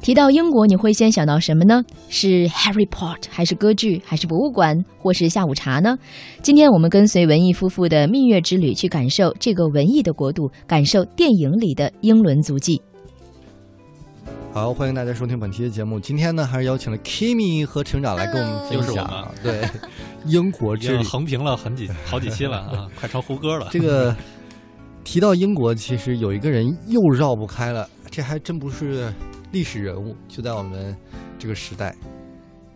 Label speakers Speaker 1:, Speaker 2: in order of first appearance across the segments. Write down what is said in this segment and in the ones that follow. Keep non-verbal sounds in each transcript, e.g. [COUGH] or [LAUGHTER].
Speaker 1: 提到英国，你会先想到什么呢？是 Harry Potter，还是歌剧，还是博物馆，或是下午茶呢？今天我们跟随文艺夫妇的蜜月之旅，去感受这个文艺的国度，感受电影里的英伦足迹。
Speaker 2: 好，欢迎大家收听本期的节目。今天呢，还是邀请了 Kimi 和陈长来跟我们分
Speaker 3: 又是我
Speaker 2: 享
Speaker 3: 们
Speaker 2: 啊对英国
Speaker 3: 已
Speaker 2: 之
Speaker 3: 经
Speaker 2: 旅。
Speaker 3: 横平了很几好几期了啊，
Speaker 2: [LAUGHS]
Speaker 3: 快成胡歌了。
Speaker 2: 这个提到英国，其实有一个人又绕不开了，这还真不是历史人物，就在我们这个时代，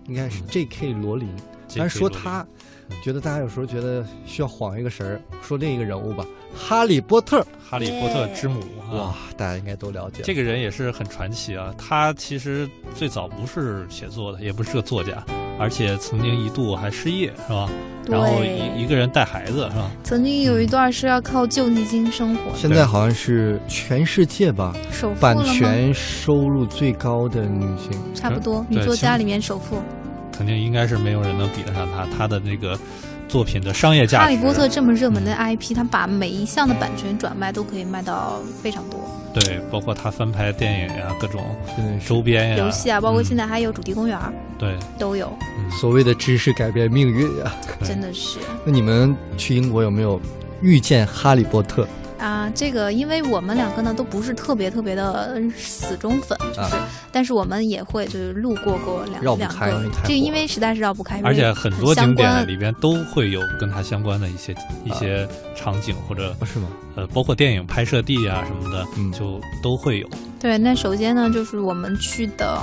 Speaker 2: 应该
Speaker 3: 嗯
Speaker 2: 是 J.K. 罗琳。
Speaker 3: 这
Speaker 2: 但
Speaker 3: 个
Speaker 2: 是说
Speaker 3: 有点
Speaker 2: 他，觉得大家有时候觉得需要晃一个神儿，说另一个人物吧，哈利波特。
Speaker 3: 哈利波特之母啊，
Speaker 2: 哇，大家应该都了解。
Speaker 3: 这个人也是很传奇啊。他其实最早不是写作的，也不是个作家，而且曾经一度还失业是吧？然后一一个人带孩子是吧？
Speaker 4: 曾经有一段是要靠救济金生活
Speaker 3: 嗯
Speaker 4: 的，
Speaker 2: 现在好像是全世界吧，
Speaker 4: 首富了
Speaker 2: 版
Speaker 4: 吗？
Speaker 2: 权收入最高的女性。
Speaker 4: 差不多，
Speaker 3: 嗯对
Speaker 4: 女作家里面首富。
Speaker 3: 肯定应该是没有人能比得上他。他的那个作品的商业价值，嗯
Speaker 4: 哈利波特这么热门的 IP，他把每一项的版权转卖都可以卖到非常多，
Speaker 3: 对，包括他翻拍电影呀、各种
Speaker 2: 真的是
Speaker 3: 周边呀、
Speaker 4: 游戏啊，包括
Speaker 3: 嗯
Speaker 4: 现在还有主题公园儿
Speaker 3: 对，
Speaker 4: 都有，
Speaker 3: 嗯
Speaker 2: 所谓的知识改变命运啊！
Speaker 3: 对
Speaker 4: 真的是。
Speaker 2: 那你们去英国有没有遇见哈利波特？
Speaker 4: 啊，这个因为我们两个呢都不是特别特别的死忠粉，
Speaker 3: 啊
Speaker 4: 就是，但是我们也会就是路过过
Speaker 2: 绕
Speaker 4: 两
Speaker 2: 不
Speaker 4: 两
Speaker 2: 开
Speaker 4: 个
Speaker 2: 太火了，
Speaker 4: 这因为实在是绕不开，
Speaker 3: 而且很多景
Speaker 4: 相
Speaker 3: 点
Speaker 4: 关
Speaker 3: 里边都会有跟他相关的一些一些场景或者
Speaker 2: 啊
Speaker 4: 哦
Speaker 2: 是吗？
Speaker 3: 呃，包括电影拍摄地啊什么的，
Speaker 2: 嗯
Speaker 3: 就都会有。
Speaker 4: 对。那首先呢，就是我们去的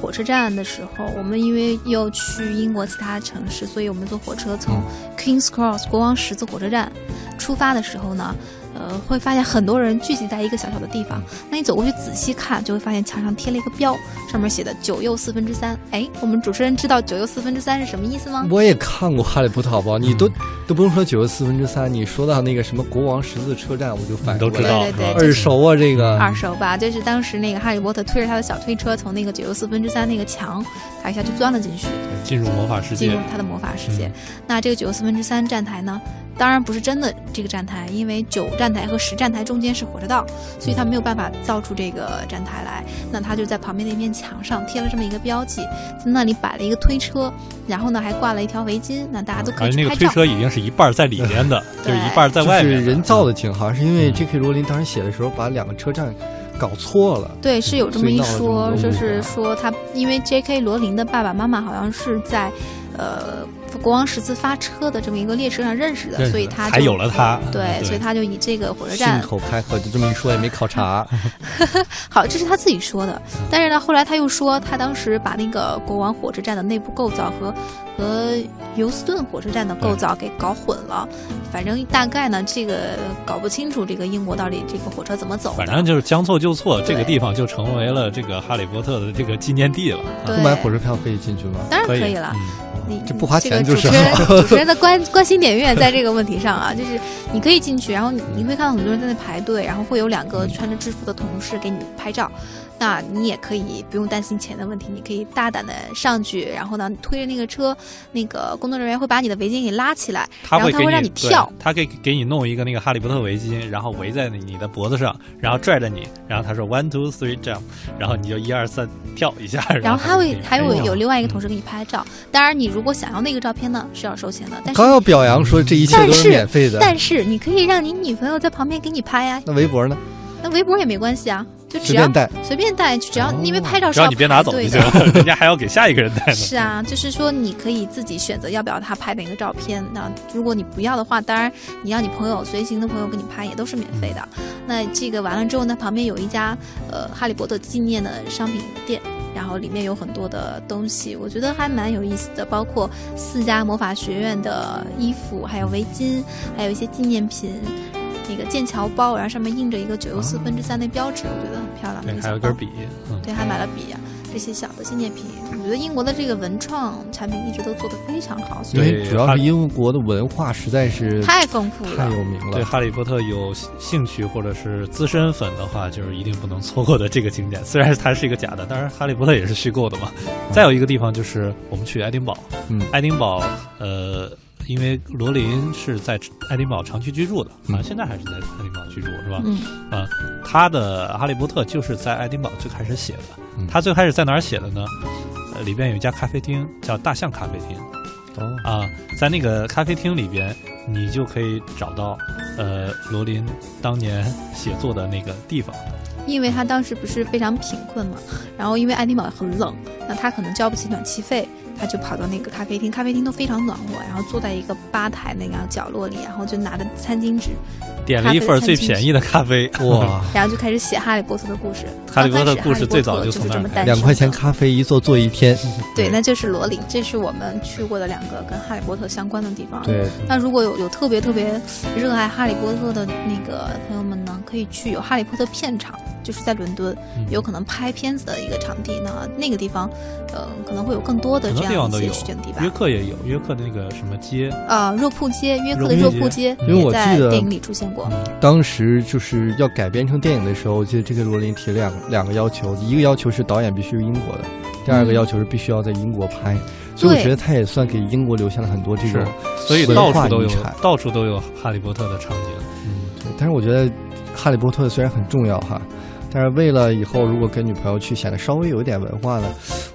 Speaker 4: 火车站的时候，我们因为要去英国其他城市，所以我们坐火车从
Speaker 2: 嗯
Speaker 4: King's Cross 国王十字火车站出发的时候呢。呃，会发现很多人聚集在一个小小的地方。那你走过去仔细看，就会发现墙上贴了一个标，上面写的九又四分之三。哎，我们主持人知道九又四分之三是什么意思吗？
Speaker 2: 我也看过《哈利波特》，好不好？你
Speaker 4: 嗯
Speaker 2: 都、都不用说九又四分之三，你说到那个什么国王十字车站，我就反应
Speaker 3: 都
Speaker 2: 过
Speaker 3: 知
Speaker 2: 来了
Speaker 3: 道
Speaker 4: 对对对
Speaker 3: 是吧？
Speaker 2: 耳熟啊，这个
Speaker 4: 二手吧，这是当时那个哈利波特推着他的小推车从那个九又四分之三那个墙，他一下就钻了进去，
Speaker 3: 进入魔法世
Speaker 4: 进
Speaker 3: 界
Speaker 4: 入，他的魔法世界。
Speaker 3: 嗯
Speaker 4: 那这个九又四分之三站台呢，当然不是真的这个站台，因为九站台和十站台中间是火车道，所以他没有办法造出这个站台来。那他就在旁边的一面墙上贴了这么一个标记，在那里摆了一个推车，然后呢还挂了一条围巾，那大家都可
Speaker 3: 而
Speaker 4: 以
Speaker 3: 且啊那
Speaker 4: 去
Speaker 3: 个
Speaker 4: 拍
Speaker 3: 推
Speaker 4: 照。
Speaker 3: 车已经是一半儿在里边的，就
Speaker 4: [LAUGHS] 对
Speaker 3: 是一半儿在外面
Speaker 2: 就是人造的
Speaker 3: 的。
Speaker 2: 景，好像是因为
Speaker 3: 嗯
Speaker 2: J.K. 罗琳当时写的时候把两个车站搞错了。
Speaker 4: 对，是有这么
Speaker 2: 所以
Speaker 4: 一
Speaker 2: 闹了这么
Speaker 4: 说，
Speaker 2: 多
Speaker 4: 就
Speaker 2: 误
Speaker 4: 是
Speaker 2: 会
Speaker 4: 说他因为 J.K. 罗琳的爸爸妈妈好像是在，呃，国王十字发车的这么一个列车上认识的，
Speaker 3: 认识
Speaker 4: 所以
Speaker 3: 的
Speaker 4: 他
Speaker 3: 才
Speaker 4: 就
Speaker 3: 有了他
Speaker 4: 对，
Speaker 3: 对
Speaker 4: 所以他就以这个火车
Speaker 2: 信
Speaker 4: 站
Speaker 2: 口开河，就这么一说也没考察。
Speaker 4: 好，这是他自己说的。但是呢，后来他又说，他当时把那个国王火车站的内部构造和和尤斯顿火车站的构造给搞混了。反正大概呢，这个搞不清楚这个英国到底这个火车怎么走
Speaker 3: 嗯
Speaker 4: 的。
Speaker 3: 反正就是将错就错，这个
Speaker 4: 对
Speaker 3: 地方就成为了这个哈利波特的这个纪念地了。啊
Speaker 4: [LAUGHS] 对
Speaker 2: 不买火车票可以进去吗？
Speaker 4: 当然
Speaker 3: 以
Speaker 4: 以了。
Speaker 3: 嗯
Speaker 4: 你
Speaker 2: 这不花钱就
Speaker 4: 这个
Speaker 2: 是
Speaker 4: 主持人 [LAUGHS] 主持人的关关心点永远在这个问题上啊，就是你可以进去，然后你你会看到很多人在那排队，然后会有两
Speaker 2: 嗯
Speaker 4: 个穿着制服的同事给你拍照。那你也可以不用担心钱的问题，你可以大胆的上去，然后呢，你推着那个车，那个工作人员会把你的围巾给拉起来，
Speaker 3: 他
Speaker 4: 然后
Speaker 3: 会
Speaker 4: 他
Speaker 3: 给
Speaker 4: 会让
Speaker 3: 你
Speaker 4: 你跳
Speaker 3: 对他给给你弄一个那个哈利波特围巾，然后围在你的脖子上，然后拽着你，然后他说 one two three jump，然后你就一二三跳一下，
Speaker 4: 然后他
Speaker 3: 就
Speaker 4: 会
Speaker 3: 给你拍
Speaker 4: 还有
Speaker 3: 照
Speaker 4: 有另外一个同事给你拍照。当然，你如果想要那个照片呢，是要收钱的，但是
Speaker 2: 刚要表扬说这一切都
Speaker 4: 但
Speaker 2: 是
Speaker 4: 是
Speaker 2: 免费的，
Speaker 4: 但是你可以让你女朋友在旁边给你拍呀、
Speaker 2: 那围脖呢？
Speaker 4: 那围脖也没关系啊，就只
Speaker 2: 随
Speaker 4: 要
Speaker 2: 便带。
Speaker 4: 随便带，只要
Speaker 2: 哦
Speaker 4: 因为拍照
Speaker 3: 只
Speaker 4: 是
Speaker 3: 要你别拿走
Speaker 4: 排
Speaker 3: 就
Speaker 4: 队
Speaker 3: 行
Speaker 4: 的。
Speaker 3: 了，人家还要给下一个人带呢。
Speaker 4: 是啊，就是说你可以自己选择要不要他拍哪个照片。那如果你不要的话，当然你让你朋友随行的朋友给你拍也都是免费的。
Speaker 3: 嗯
Speaker 4: 那这个完了之后呢，旁边有一家呃哈利波特纪念的商品店。然后里面有很多的东西，我觉得还蛮有意思的，包括四家魔法学院的衣服，还有围巾，还有一些纪念品，那个剑桥包，然后上面印着一个九又四分之三的标志，我觉得很漂亮。那
Speaker 3: 对，
Speaker 4: 个
Speaker 3: 还
Speaker 4: 小
Speaker 3: 有
Speaker 4: 包
Speaker 3: 根
Speaker 4: [LAUGHS]
Speaker 3: 笔，嗯，
Speaker 4: 对，还买了笔、啊、这些小的纪念品。我觉得英国的这个文创产品一直都做得非常好，所
Speaker 2: 因
Speaker 4: 以
Speaker 2: 为
Speaker 3: 对
Speaker 2: 嗯主要
Speaker 3: 哈
Speaker 2: 是
Speaker 3: 利
Speaker 2: 英国的文化实在是
Speaker 4: 太丰富
Speaker 2: 太
Speaker 4: 了。
Speaker 2: 有名
Speaker 3: 对
Speaker 2: 了。
Speaker 3: 哈利波特有兴趣或者是资深粉的话，就是一定不能错过的这个景点。虽然它是一个假的，当然哈利波特也是
Speaker 2: 嗯
Speaker 3: 虚构的嘛。再有一个地方就是我们去爱丁堡，
Speaker 2: 嗯
Speaker 3: 爱丁堡呃因为罗琳是在爱丁堡长期居住的，
Speaker 2: 嗯
Speaker 3: 好像现在还是在爱丁堡居住，是吧？
Speaker 4: 嗯，
Speaker 3: 啊，他的《哈利波特》就是在爱丁堡最开始写的
Speaker 2: 嗯。
Speaker 3: 他最开始在哪儿写的呢？呃，里边有一家咖啡厅叫大象咖啡厅
Speaker 2: 哦，
Speaker 3: 啊，在那个咖啡厅里边，你就可以找到呃罗琳当年写作的那个地方。
Speaker 4: 因为他当时不是非常贫困嘛，然后因为爱丁堡很冷，那他可能交不起暖气费，他就跑到那个咖啡厅，咖啡厅都非常暖和，然后坐在一个吧台那个角落里，然后就拿着餐巾纸，
Speaker 3: 点了一份最便宜的咖啡，
Speaker 2: 哦
Speaker 4: [LAUGHS]
Speaker 2: 哇，
Speaker 4: 然后就开始写哈利波特的故事。
Speaker 3: 哈利波特
Speaker 4: 刚开始
Speaker 3: 故事
Speaker 4: 哈利波特
Speaker 3: 最早就
Speaker 4: 就
Speaker 3: 从
Speaker 4: 是
Speaker 3: 那
Speaker 4: 这
Speaker 3: 儿
Speaker 4: 么
Speaker 3: 开
Speaker 4: 诞生的
Speaker 2: 两块钱咖啡一坐坐一天，
Speaker 4: 对，那就是罗琳，这是我们去过的两个跟哈利波特相关的地方。
Speaker 2: 对，
Speaker 4: 那如果有有特别特别热爱哈利波特的那个朋友们呢，可以去有哈利波特片场，就是在伦敦
Speaker 3: 嗯
Speaker 4: 有可能拍片子的一个场地。那那个地方，呃，可能会有更多的
Speaker 3: 很
Speaker 4: 这
Speaker 3: 多地
Speaker 4: 样
Speaker 3: 方
Speaker 4: 的
Speaker 3: 都
Speaker 4: 一
Speaker 3: 有
Speaker 4: 些取景地，
Speaker 3: 约
Speaker 4: 吧。
Speaker 3: 克也有，约克的那个什么街，
Speaker 4: 啊，若铺街，约克的若
Speaker 3: 若嗯
Speaker 4: 铺
Speaker 3: 铺
Speaker 4: 街
Speaker 2: 因为
Speaker 4: 也
Speaker 2: 我
Speaker 4: 在
Speaker 2: 记
Speaker 4: 电
Speaker 2: 得
Speaker 4: 影里出现过。
Speaker 2: 当时就是要改编成电影的时候，我记得这个罗琳提了两两个要求，一个要求是导演必须是英国的，第
Speaker 4: 嗯
Speaker 2: 二个要求是必须要在英国拍，所以我觉得他也算给英国留下了很多这种
Speaker 3: 是，所以到处都有
Speaker 2: 文化遗产，
Speaker 3: 到处都有哈利波特的场景。
Speaker 2: 对但是我觉得《哈利波特》虽然很重要哈，但是为了以后如果跟女朋友去显得稍微有一点文化呢，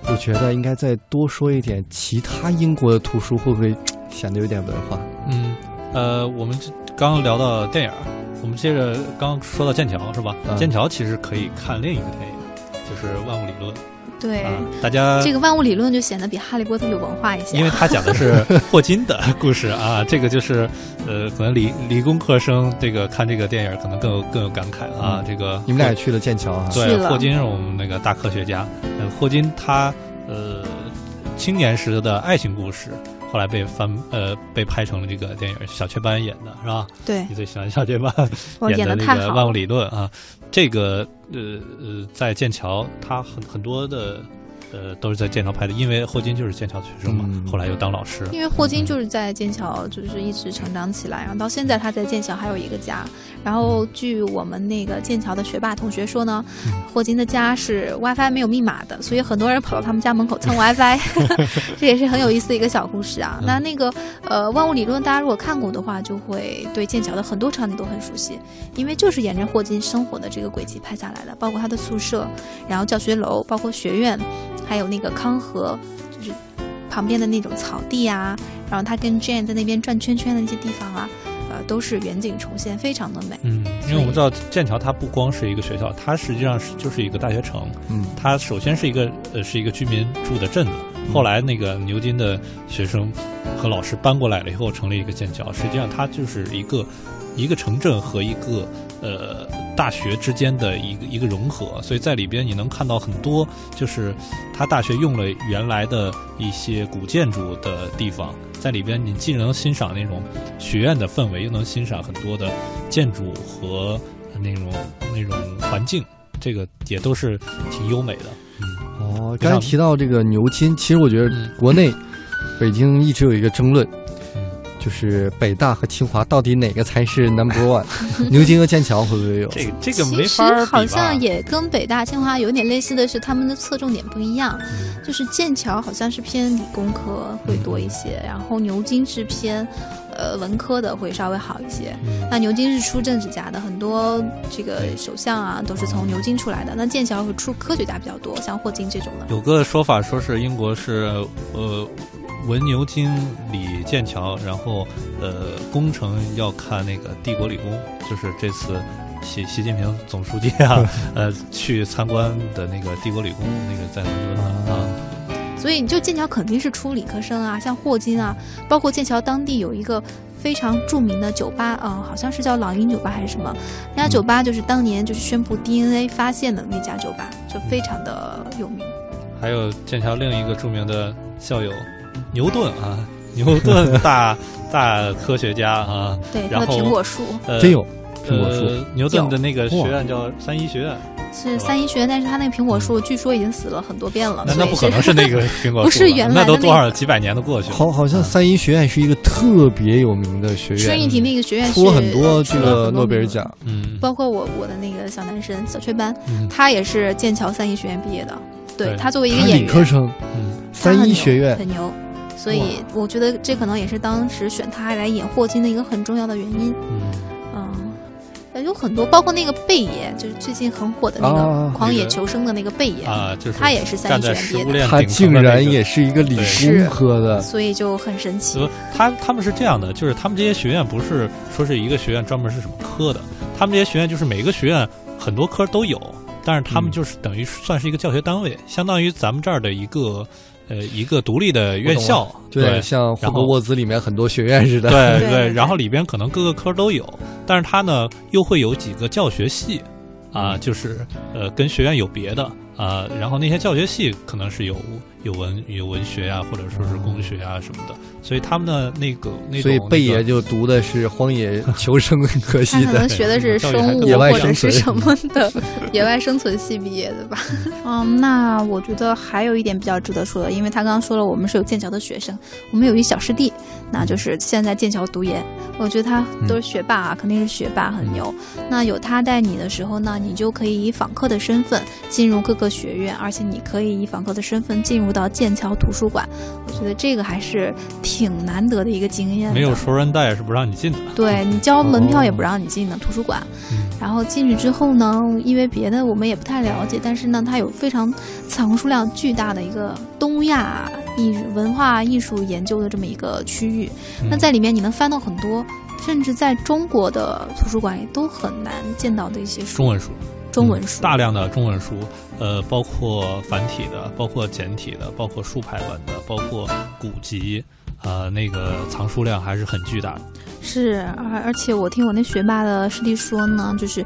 Speaker 2: 我觉得应该再多说一点其他英国的图书，会不会显得有点文化？
Speaker 3: 嗯，呃，我们这刚刚聊到电影儿，我们接着刚刚说到剑桥是吧？
Speaker 2: 嗯
Speaker 3: 剑桥其实可以看另一个电影，就是《万物理论》
Speaker 4: 对，
Speaker 3: 啊，大家
Speaker 4: 这个万物理论就显得比哈利波特有文化一些啊。
Speaker 3: 因为它讲
Speaker 2: [LAUGHS]
Speaker 3: 的是霍金的故事啊，这个就是呃，可能理理工科生这个看这个电影儿可能更有更有感慨
Speaker 2: 嗯
Speaker 3: 啊。这个
Speaker 2: 你们俩也去了剑桥哈？啊
Speaker 4: 去
Speaker 3: 对，
Speaker 4: 了
Speaker 3: 霍金是我们那个大科学家。呃，霍金他呃青年时的爱情故事，后来被翻呃被拍成了这个电影，小雀斑演的是吧？
Speaker 4: 对
Speaker 3: 你最喜欢小雀斑
Speaker 4: 我
Speaker 3: 演
Speaker 4: 演
Speaker 3: 的
Speaker 4: 的
Speaker 3: 那
Speaker 4: 太
Speaker 3: 个《
Speaker 4: 好
Speaker 3: 万物
Speaker 4: 了，
Speaker 3: 理论》啊？这个呃呃，在剑桥，他很很多的呃都是在剑桥拍的，因为霍金就是剑桥的学生嘛，
Speaker 2: 嗯
Speaker 3: 后来又当老师。
Speaker 4: 因为霍金
Speaker 3: 嗯
Speaker 4: 就是在剑桥，就是一直成长起来，然后到现在他在剑桥还有一个家。然后据我们那个剑桥的学霸同学说呢，
Speaker 3: 嗯
Speaker 4: 霍金的家是 WiFi 没有密码的，所以很多人跑到他们家门口蹭 WiFi，这 [LAUGHS] 也是很有意思的一个小故事啊。
Speaker 3: 嗯
Speaker 4: 那那个呃万物理论，大家如果看过的话，就会对剑桥的很多场景都很熟悉，因为就是沿着霍金生活的这个轨迹拍下来的，包括他的宿舍，然后教学楼，包括学院，还有那个康河，就是旁边的那种草地啊，然后他跟 Jane 在那边转圈圈的那些地方啊，呃，都是远景重现，非常的美。
Speaker 3: 嗯，因为我们知道剑桥它不光是一个学校，它实际上是就是一个大学城。
Speaker 2: 嗯，
Speaker 3: 它首先是一个呃是一个居民住的镇子，后来那个牛津的学生和老师搬过来了以后，成立一个剑桥。实际上它就是一个一个城镇和一个呃大学之间的一个一个融合，所以在里边你能看到很多就是它大学用了原来的一些古建筑的地方，在里边你既能欣赏那种学院的氛围，又能欣赏很多的建筑和那种那种环境。这个也都是挺优美的。
Speaker 2: 哦，
Speaker 3: 非
Speaker 2: 刚
Speaker 3: 常
Speaker 2: 才提到这个牛津，其实我觉得
Speaker 3: 嗯
Speaker 2: 国内、北京一直有一个争论，
Speaker 3: 嗯
Speaker 2: 就是北大和清华到底哪个才是 number
Speaker 3: [LAUGHS]
Speaker 2: one？牛津和剑桥会不会有？
Speaker 3: 这个这
Speaker 4: 其
Speaker 3: 个没
Speaker 4: 实
Speaker 3: 法儿比吧
Speaker 4: 好像也跟北大、清华有点类似的是，他们的侧重点不一样。
Speaker 3: 嗯
Speaker 4: 就是剑桥好像是偏理工科会多一些，然后牛津是偏呃文科的会稍微好一些。
Speaker 3: 嗯
Speaker 4: 那牛津是出政治家的，很多这个
Speaker 3: 对
Speaker 4: 首相啊都是从牛津出来的。那剑桥会出科学家比较多，像霍金这种的。
Speaker 3: 有个说法说是英国是呃文牛津理剑桥，然后呃工程要看那个帝国理工，就是这次。习习近平总书记 [LAUGHS] 啊，呃，去参观的那个帝国理工，那个在伦敦的啊，
Speaker 4: 所以就剑桥肯定是出理科生啊，像霍金啊，包括剑桥当地有一个非常著名的酒吧，嗯、好像是叫老鹰酒吧还是什么，那家酒吧就是当年就是宣布 DNA 发现的那家酒吧，就非常的有名。
Speaker 3: 还有剑桥另一个著名的校友牛顿啊，牛顿大 [LAUGHS] 大科学家啊，
Speaker 4: 对，它
Speaker 3: 然
Speaker 4: 的
Speaker 3: 后
Speaker 4: 苹果树
Speaker 3: 呃，
Speaker 2: 真有苹果树，
Speaker 3: 呃，牛顿的那个学院叫三一学院，
Speaker 4: 是三一学院，但是它那个苹果树据说已经死了很多遍了，
Speaker 3: 那
Speaker 4: 啊所
Speaker 3: 那
Speaker 4: 以
Speaker 3: 不可能是那个苹果树吧，
Speaker 4: 不是原来的
Speaker 3: 那都多
Speaker 4: 那
Speaker 3: 少
Speaker 4: 个
Speaker 3: 几百年都过去了。
Speaker 2: 好，好像
Speaker 3: 嗯
Speaker 2: 三一学院是一个特别有名的学
Speaker 4: t r
Speaker 2: 院，
Speaker 4: i 那个学院
Speaker 2: 出了
Speaker 4: 是
Speaker 2: 很多
Speaker 4: 出
Speaker 2: 这
Speaker 4: 呃了很
Speaker 2: 个
Speaker 4: 多
Speaker 2: 诺贝尔
Speaker 4: 名额
Speaker 2: 奖。
Speaker 3: 嗯，
Speaker 4: 包括我我的那个小男神小雀斑，
Speaker 3: 嗯
Speaker 4: 他也是剑桥三一学院毕业的。对
Speaker 3: 对
Speaker 4: 他作为一个
Speaker 2: 他
Speaker 4: 演
Speaker 2: 理科
Speaker 4: 员，
Speaker 2: 生，
Speaker 3: 嗯
Speaker 4: 他很
Speaker 2: 三一
Speaker 4: 牛
Speaker 2: 学院
Speaker 4: 很牛，
Speaker 5: 所以我觉得这可能也是当时选他来演霍金的一个很重要的原因。
Speaker 3: 嗯，
Speaker 5: 嗯，呃有很多，包括那个贝爷，就是最近很火的那个
Speaker 2: 啊
Speaker 5: 《狂野求生》的那个贝爷，
Speaker 3: 啊，就是
Speaker 5: 他也是三
Speaker 3: 站
Speaker 5: 一
Speaker 3: 在
Speaker 5: 选
Speaker 3: 食
Speaker 5: 毕业
Speaker 3: 物
Speaker 5: 的
Speaker 3: 链
Speaker 2: 他
Speaker 3: 顶层
Speaker 2: 竟
Speaker 3: 的那
Speaker 2: 然
Speaker 3: 个
Speaker 2: 也是一个理
Speaker 5: 是
Speaker 2: 工科的，
Speaker 5: 所以就很神奇
Speaker 3: 呃。，他他们是这样的，就是他们这些学院不是说是一个学院专门是什么科的，他们这些学院就是每个学院很多科都有，但是他们
Speaker 2: 嗯
Speaker 3: 就是等于算是一个教学单位，相当于咱们这儿的一个呃一个独立的院校，
Speaker 2: 就有
Speaker 3: 对
Speaker 2: 点像霍
Speaker 3: 然
Speaker 2: 格
Speaker 3: 后
Speaker 2: 沃兹里面很多学院似的。
Speaker 3: 对
Speaker 5: 对对
Speaker 3: 然后里边可能各个科都有，但是它呢又会有几个教学系，
Speaker 2: 嗯
Speaker 3: 啊，就是呃跟学院有别的啊，然后那些教学系可能是有有文有文学啊，或者说是工学啊什么的，所以他们的那个那种
Speaker 2: 所以贝
Speaker 3: 那
Speaker 2: 爷
Speaker 3: 个
Speaker 2: 就读的是荒野求
Speaker 4: [LAUGHS]
Speaker 2: 生科
Speaker 5: 他
Speaker 2: 系
Speaker 5: 可
Speaker 2: 的
Speaker 5: 能，学的是
Speaker 3: 教育还
Speaker 5: 生
Speaker 3: 是
Speaker 5: 物
Speaker 3: 不
Speaker 2: 野外
Speaker 5: 或者
Speaker 2: 生
Speaker 5: 是
Speaker 2: 存
Speaker 5: 什么
Speaker 2: [LAUGHS]
Speaker 5: 的野外生存系毕业的吧？
Speaker 4: [LAUGHS] 嗯，那我觉得还有一点比较值得说的，因为他刚刚说了，我们是有剑桥的学生，我们有一小师弟，那就是现在剑桥读研，我觉得他
Speaker 3: 嗯
Speaker 4: 都是学霸啊，肯定是学霸，很牛。那有他带你的时候呢，你就可以以访客的身份进入各个学院，而且你可以以访客的身份进入到剑桥图书馆，我觉得这个还是挺难得的一个经验的。
Speaker 3: 没有熟人带是不让你进的，
Speaker 4: 对你交门票也
Speaker 2: 哦
Speaker 4: 不让你进的图书馆，
Speaker 3: 嗯
Speaker 4: 然后进去之后呢，因为别的我们也不太了解，但是呢，它有非常藏书量巨大的一个东亚艺术文化艺术研究的这么一个区域。那
Speaker 3: 嗯
Speaker 4: 在里面你能翻到很多，甚至在中国的图书馆里都很难见到的一些书，
Speaker 3: 中文书。
Speaker 4: 中文书。
Speaker 3: 嗯大量的中文书，呃，包括繁体的，包括简体的，包括竖排版的，包括古籍，呃，那个藏书量还是很巨大的。
Speaker 4: 是，而而且我听我那学霸的师弟说呢，就是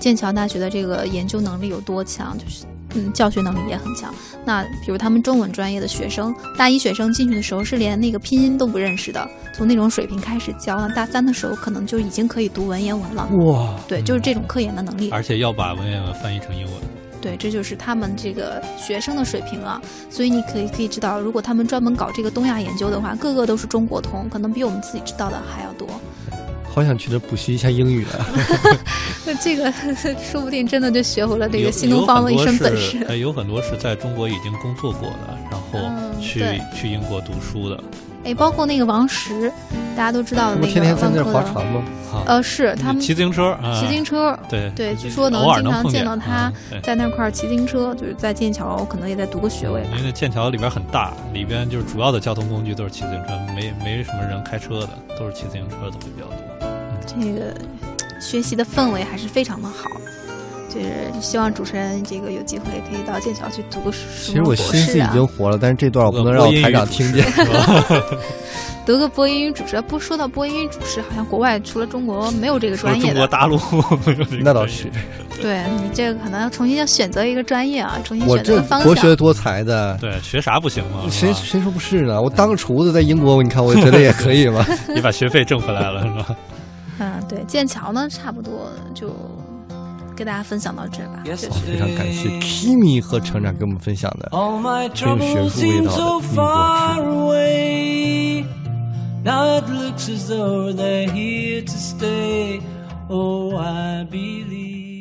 Speaker 4: 剑桥大学的这个研究能力有多强，就是嗯，教学能力也很强。那比如他们中文专业的学生，大一学生进去的时候是连那个拼音都不认识的，从那种水平开始教，那大三的时候可能就已经可以读文言文了。
Speaker 2: 哇，
Speaker 4: 对，就是这种科研的能力。
Speaker 3: 而且要把文言文翻译成英文。
Speaker 4: 对，这就是他们这个学生的水平啊。所以你可以可以知道，如果他们专门搞这个东亚研究的话，个个都是中国通，可能比我们自己知道的还要多。
Speaker 2: 好想去那补习一下英语啊！
Speaker 4: 那这个 [LAUGHS] 说不定真的就学会了这
Speaker 3: 有
Speaker 4: 个新东方的一身本事
Speaker 3: 有很多是。呃，有很多是在中国已经工作过的，然后
Speaker 4: 嗯
Speaker 3: 去、
Speaker 4: 对
Speaker 3: 去英国读书的
Speaker 4: 哎，包括那个王石，大家都知道的
Speaker 2: 这
Speaker 4: 那
Speaker 2: 不
Speaker 4: 个
Speaker 2: 天天在
Speaker 4: 万
Speaker 2: 那儿
Speaker 4: 科
Speaker 2: 划
Speaker 4: 的，
Speaker 2: 船吗？
Speaker 3: 啊。
Speaker 4: 呃，是他们
Speaker 3: 骑自行车啊，
Speaker 4: 骑自行车，
Speaker 3: 对
Speaker 4: 对据说能
Speaker 3: 偶尔
Speaker 4: 经常
Speaker 3: 碰
Speaker 4: 见到他
Speaker 3: 嗯对
Speaker 4: 在那块儿骑自行车，就是在剑桥可能也在读个学位吧
Speaker 3: 因。为剑桥里边很大，里边就是主要的交通工具都是骑自行车，没没什么人开车的，都是骑自行车的会比较多。
Speaker 4: 这个学习的氛围还是非常的好。就是希望主持人这个有机会可以到剑桥去读个
Speaker 2: 其
Speaker 4: 什
Speaker 2: 实
Speaker 4: 么
Speaker 2: 我
Speaker 4: 博
Speaker 2: 心
Speaker 4: 士
Speaker 2: 思已
Speaker 4: 啊，
Speaker 2: 经活了，但是这段我
Speaker 3: 呃
Speaker 2: 不能让我台长听见。 [LAUGHS]
Speaker 3: 是吧
Speaker 4: 读个播音与主持。不说到播音与主持，好像国外除了中国没有这个 [LAUGHS]
Speaker 3: 除了
Speaker 4: 专业
Speaker 3: 中
Speaker 4: 的。
Speaker 3: 国大陆 [LAUGHS] 没有这个
Speaker 2: 那倒
Speaker 3: 专
Speaker 2: 是，
Speaker 3: 业
Speaker 4: 对你这个可能要重新要选择一个专业啊，重新
Speaker 2: 我
Speaker 4: 选择
Speaker 2: 这
Speaker 4: 个方
Speaker 2: 博
Speaker 4: 向。
Speaker 2: 学多才的，
Speaker 3: 对，啊学啥不行吗？
Speaker 2: 谁
Speaker 3: 是
Speaker 2: 谁说不是呢？我当个厨子在英国，你看我觉得也可以
Speaker 3: [LAUGHS]
Speaker 2: 嘛。
Speaker 3: 吧也把学费挣回来了，是吧？
Speaker 4: 嗯，对，剑桥呢，差不多就给大家分享到这吧。
Speaker 6: Yes,
Speaker 2: 好哦非常感谢 Kimi 和成长给我们分享的。
Speaker 6: All
Speaker 2: 很
Speaker 6: my
Speaker 2: 有
Speaker 6: troubles
Speaker 2: 学术味
Speaker 6: seem
Speaker 2: 道的英国式
Speaker 6: so far away. Now it looks as though they're here to stay. Oh, I believe.